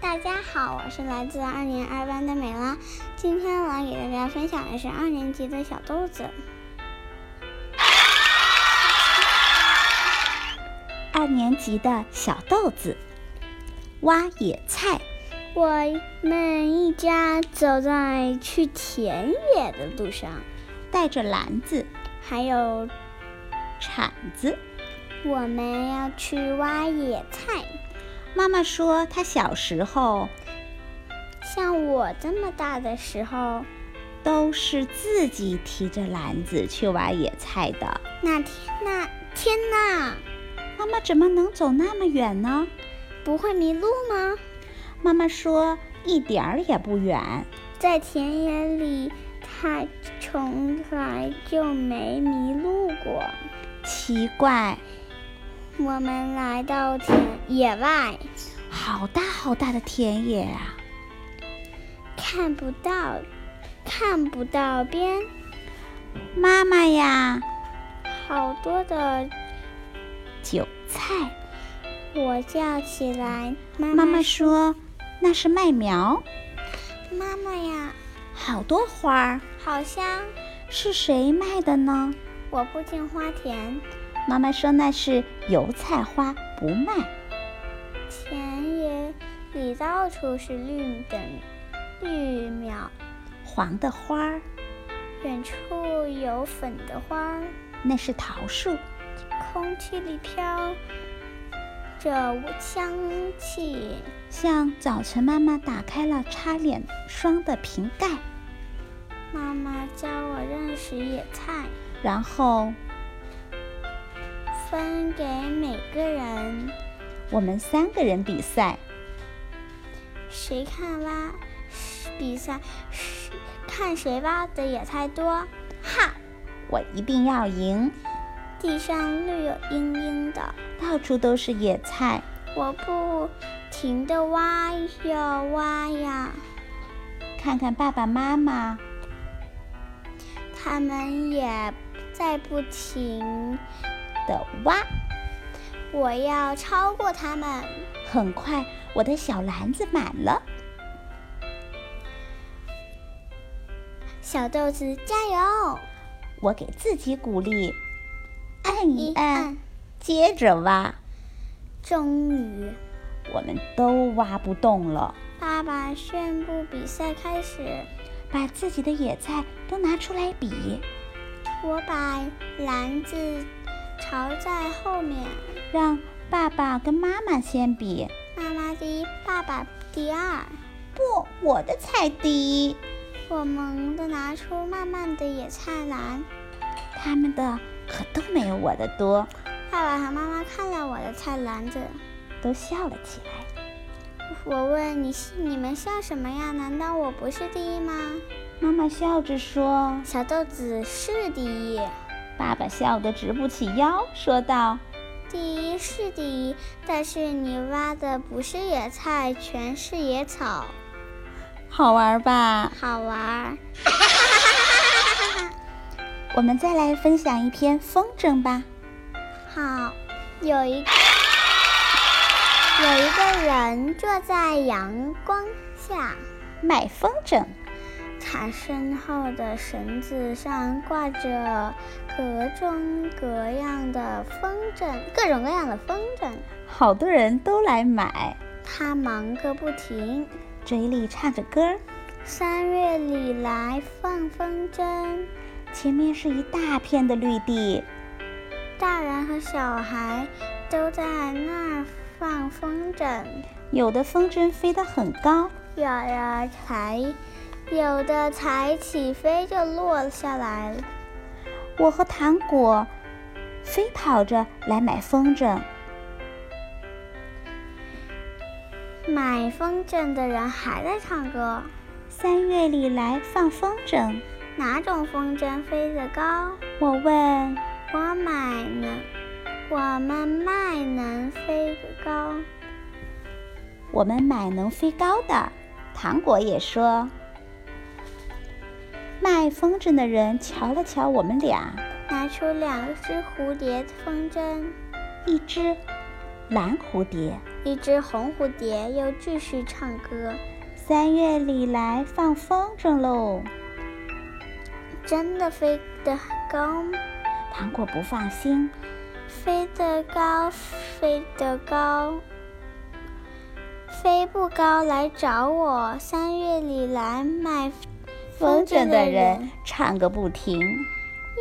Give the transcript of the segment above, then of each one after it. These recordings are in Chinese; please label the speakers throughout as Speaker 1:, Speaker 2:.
Speaker 1: 大家好，我是来自二年二班的美拉，今天来给大家分享的是二年级的小豆子。
Speaker 2: 二年级的小豆子挖野菜，
Speaker 1: 我们一家走在去田野的路上，
Speaker 2: 带着篮子、
Speaker 1: 还有
Speaker 2: 铲子。
Speaker 1: 我们要去挖野菜。
Speaker 2: 妈妈说，她小时候
Speaker 1: 像我这么大的时候，
Speaker 2: 都是自己提着篮子去挖野菜的。
Speaker 1: 那天那天呐，
Speaker 2: 妈妈怎么能走那么远呢？
Speaker 1: 不会迷路吗？
Speaker 2: 妈妈说一点儿也不远。
Speaker 1: 在田野里，他从来就没迷路过。
Speaker 2: 奇怪，
Speaker 1: 我们来到田野外，
Speaker 2: 好大好大的田野啊！
Speaker 1: 看不到，看不到边，
Speaker 2: 妈妈呀，
Speaker 1: 好多的
Speaker 2: 韭菜。
Speaker 1: 我叫起来，妈
Speaker 2: 妈
Speaker 1: 妈
Speaker 2: 妈说那是麦苗，
Speaker 1: 妈妈呀，
Speaker 2: 好多花儿，
Speaker 1: 好香！
Speaker 2: 是谁卖的呢？
Speaker 1: 我不进花田，
Speaker 2: 妈妈说那是油菜花，不卖。
Speaker 1: 田野里到处是绿的绿苗，
Speaker 2: 黄的花儿，
Speaker 1: 远处有粉的花儿，
Speaker 2: 那是桃树。
Speaker 1: 空气里飘着香气。
Speaker 2: 像早晨妈妈打开了擦脸霜的瓶盖，
Speaker 1: 妈妈教我认识野菜，
Speaker 2: 然后
Speaker 1: 分给每个人，
Speaker 2: 我们三个人比赛，
Speaker 1: 谁看挖比赛，看谁挖的野菜多。哈，
Speaker 2: 我一定要赢。
Speaker 1: 地上绿油茵茵的。
Speaker 2: 到处都是野菜，
Speaker 1: 我不停地挖呀挖呀，
Speaker 2: 看看爸爸妈妈
Speaker 1: 它们也在不停。
Speaker 2: 的挖。
Speaker 1: 我要超过它们。
Speaker 2: 很快，我的小篮子满了。
Speaker 1: 小豆子加油！
Speaker 2: 我给自己鼓励，按一按，，接着挖。
Speaker 1: 终于，
Speaker 2: 我们都挖不动了，
Speaker 1: 爸爸宣布比赛开始。
Speaker 2: 把自己的野菜都拿出来比，
Speaker 1: 我把篮子朝在后面，
Speaker 2: 让爸爸跟妈妈先比。
Speaker 1: 妈妈第一，爸爸第二。
Speaker 2: 不，我的菜第一。
Speaker 1: 我猛地拿出慢慢的野菜篮，
Speaker 2: 他们的可都没有我的多，
Speaker 1: 爸爸和妈妈看了我的菜篮子。
Speaker 2: 都笑了起来。
Speaker 1: 我问你是你们笑什么呀？难道我不是第一吗？
Speaker 2: 妈妈笑着说
Speaker 1: 小豆子是第一，：“
Speaker 2: 爸爸笑得直不起腰，说道。”
Speaker 1: 第一是第一，但是你挖的不是野菜，全是野草，
Speaker 2: 好玩吧？
Speaker 1: 好玩儿。
Speaker 2: 我们再来分享一篇风筝吧。
Speaker 1: 好，有一有一个人坐在阳光下，
Speaker 2: 卖风筝，
Speaker 1: 他身后的绳子上挂着各种各样的风筝，各种各样的风筝。
Speaker 2: 好多人都来买，
Speaker 1: 他忙个不停。
Speaker 2: 嘴里唱着歌儿。
Speaker 1: 三月里来放风筝，
Speaker 2: 前面是一大片的绿地，
Speaker 1: 大人和小孩都在那儿放风筝，
Speaker 2: 有的风筝飞得很高，
Speaker 1: 有的才，有的才起飞就落下来了。
Speaker 2: 我和糖果飞跑着来买风筝。
Speaker 1: 买风筝的人还在唱歌。
Speaker 2: 三月里来放风筝，
Speaker 1: 哪种风筝飞得高？
Speaker 2: 我问
Speaker 1: 我买能，我们卖能飞得高。
Speaker 2: 我们买能飞高的。糖果也说，卖风筝的人瞧了瞧我们俩，
Speaker 1: 拿出两只蝴蝶风筝，
Speaker 2: 一只蓝蝴蝶，
Speaker 1: 一只红蝴蝶又继续唱歌。
Speaker 2: 三月里来放风筝喽，
Speaker 1: 真的飞得高，
Speaker 2: 糖果不放心，
Speaker 1: 飞得高，飞得高，飞不高来找我。三月里来卖
Speaker 2: 风筝的人
Speaker 1: 人，
Speaker 2: 唱个不停。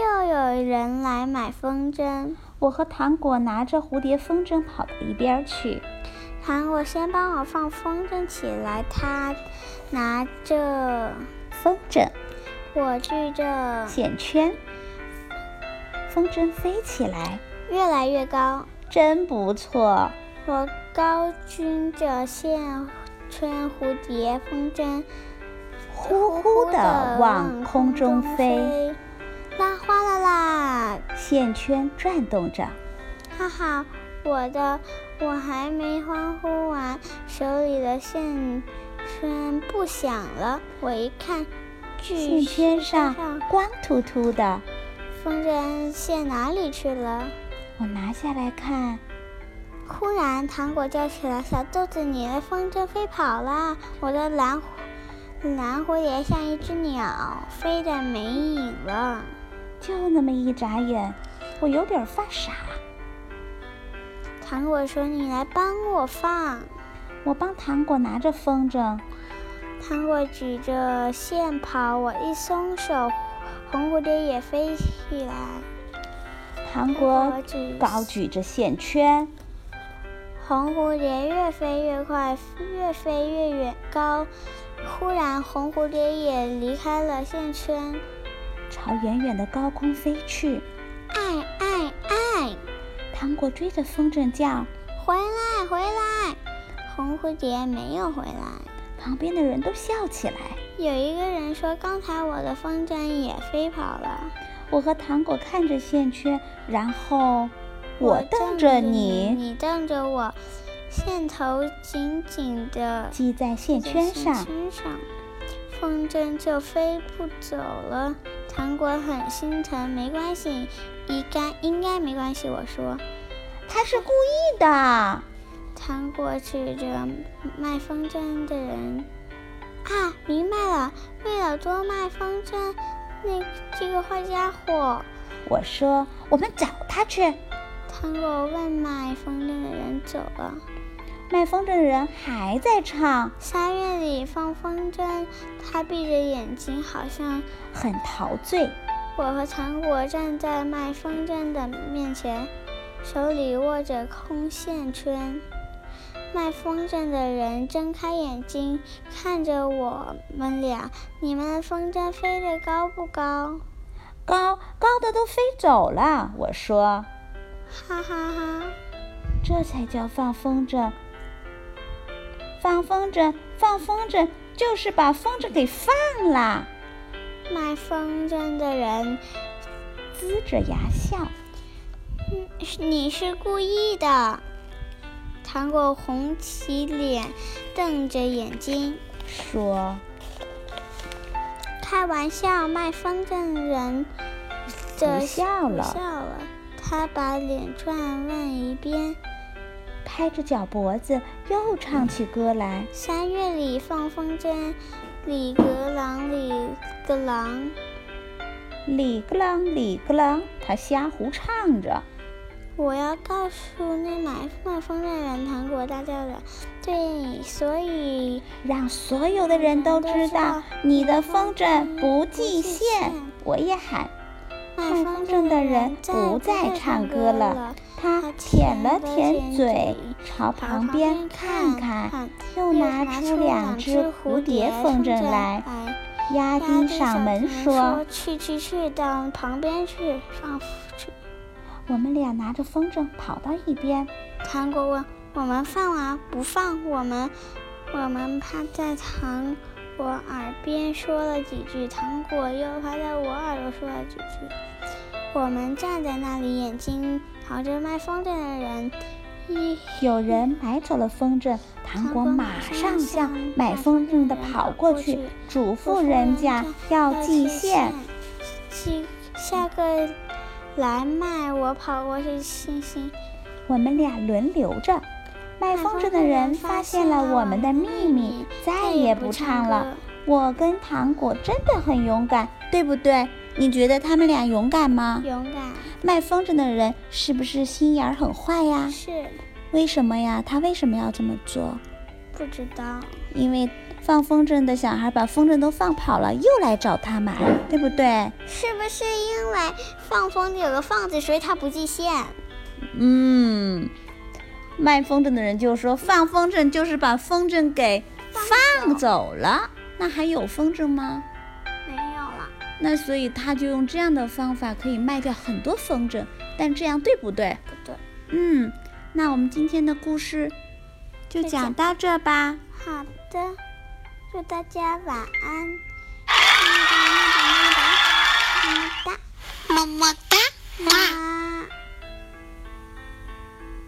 Speaker 1: 又有人来买风筝。
Speaker 2: 我和糖果拿着蝴蝶风筝跑到一边儿去。
Speaker 1: 糖果先帮我放风筝起来，他拿着，
Speaker 2: 风筝
Speaker 1: 我举着，
Speaker 2: 线圈，风筝飞起来，
Speaker 1: 越来越高。
Speaker 2: 真不错。
Speaker 1: 我高举着线圈蝴蝶风筝，
Speaker 2: 呼呼地往空中飞，，
Speaker 1: 啦哗啦啦！
Speaker 2: 线圈转动着。
Speaker 1: 哈哈，我的我还没欢呼完，手里的线圈不响了。我一看，
Speaker 2: 线
Speaker 1: 巨
Speaker 2: 圈上光秃秃的，
Speaker 1: 风筝线哪里去了？
Speaker 2: 我拿下来看，
Speaker 1: 忽然，糖果叫起来：“小豆子，你的风筝飞跑啦！我的蓝蓝蝴蝶像一只鸟，飞得没影了。
Speaker 2: 就那么一眨眼，我有点发傻。”
Speaker 1: 糖果说：“你来帮我放。
Speaker 2: 我帮糖果拿着风筝，”
Speaker 1: 糖果举着线跑，我一松手，红蝴蝶也飞起来。
Speaker 2: 糖
Speaker 1: 我
Speaker 2: 果
Speaker 1: 举
Speaker 2: 高举着线圈，
Speaker 1: 红蝴蝶越飞越快，越飞越远高。忽然，红蝴蝶也离开了线圈。
Speaker 2: 朝远远的高空飞去。
Speaker 1: 爱爱爱！
Speaker 2: 糖果追着风筝叫，
Speaker 1: 回来，回来！红蝴蝶没有回来。
Speaker 2: 旁边的人都笑起来。
Speaker 1: 有一个人说：“刚才我的风筝也飞跑了。
Speaker 2: 我和糖果看着线圈，然后”我瞪着
Speaker 1: 着
Speaker 2: 你，
Speaker 1: 你瞪着我，线头紧紧的
Speaker 2: 系在线圈上。
Speaker 1: 圈上，风筝就飞不走了。糖果很心疼，没关系，应该应该没关系。我说，
Speaker 2: 他是故意的。
Speaker 1: 糖果指着卖风筝的人，啊，明白了，为了多卖风筝，那这个坏家伙。
Speaker 2: 我说，我们找他去。
Speaker 1: 糖果问卖风筝的人走了。
Speaker 2: 卖风筝的人还在唱，
Speaker 1: 三月里放风筝，他闭着眼睛，好像
Speaker 2: 很陶醉。
Speaker 1: 我和糖果站在卖风筝的面前，手里握着空线圈。卖风筝的人睁开眼睛看着我们俩，你们的风筝飞得高不高？
Speaker 2: 高高的都飞走了。我说，
Speaker 1: 哈哈哈
Speaker 2: 这才叫放风筝。放风筝，放风筝，就是把风筝给放啦。
Speaker 1: 卖风筝的人，
Speaker 2: 龇着牙笑，
Speaker 1: 你是故意的。糖果红起脸，瞪着眼睛。
Speaker 2: 说。
Speaker 1: 开玩笑，卖风筝人的
Speaker 2: 不笑了
Speaker 1: 不笑了。他把脸转问一边。
Speaker 2: 拍着脚脖子又唱起歌来。
Speaker 1: 三月里放风筝，里格郎里格郎。
Speaker 2: 里个啷里个啷，他瞎胡唱着。
Speaker 1: 我要告诉那买卖风筝人，糖果大叫着：“对，所以
Speaker 2: 让所有的人都知道你的风筝不系线。我也喊，
Speaker 1: 卖风
Speaker 2: 卖风
Speaker 1: 筝
Speaker 2: 筝的
Speaker 1: 的人
Speaker 2: 人不再
Speaker 1: 再
Speaker 2: 唱歌
Speaker 1: 歌
Speaker 2: 了。他舔了舔嘴，朝旁边看看，
Speaker 1: 看，
Speaker 2: 又拿出两只蝴蝶风筝来，压
Speaker 1: 他
Speaker 2: 低嗓门说
Speaker 1: 说：“去去去，到旁边去放去。”：“
Speaker 2: 我们俩拿着风筝跑到一边，
Speaker 1: 糖果问：“我们放啊？不放？我们，我们趴在糖果耳边说了几句，糖果又趴在我耳朵说了几句。我们站在那里，眼睛朝着卖风筝的人。一
Speaker 2: 有人买走了风筝，糖果马上向买风筝的跑过去，嘱咐人家要系线。，
Speaker 1: 系下个来卖。我跑过去，星星。”
Speaker 2: 我们俩轮流着，卖风筝的人发现了我们的秘密，再也不唱了。我跟糖果真的很勇敢，对不对？你觉得他们俩勇敢吗？
Speaker 1: 勇敢
Speaker 2: 卖风筝的人是不是心眼儿很坏呀？
Speaker 1: 是
Speaker 2: 为什么呀？他为什么要这么做？
Speaker 1: 不知道，
Speaker 2: 因为放风筝的小孩把风筝都放跑了，又来找他买，对不对？
Speaker 1: 是不是因为放风筝有个放字，所以他不系线？
Speaker 2: 嗯，卖风筝的人就说放风筝就是把风筝给放走了，那还有风筝吗？
Speaker 1: 没有了，
Speaker 2: 那所以他就用这样的方法可以卖掉很多风筝，但这样对不对？
Speaker 1: 不对。
Speaker 2: 嗯，那我们今天的故事就
Speaker 1: 就讲
Speaker 2: 讲到这吧。
Speaker 1: 好的，祝大家晚安，么么哒，么么哒，么么哒，么么哒。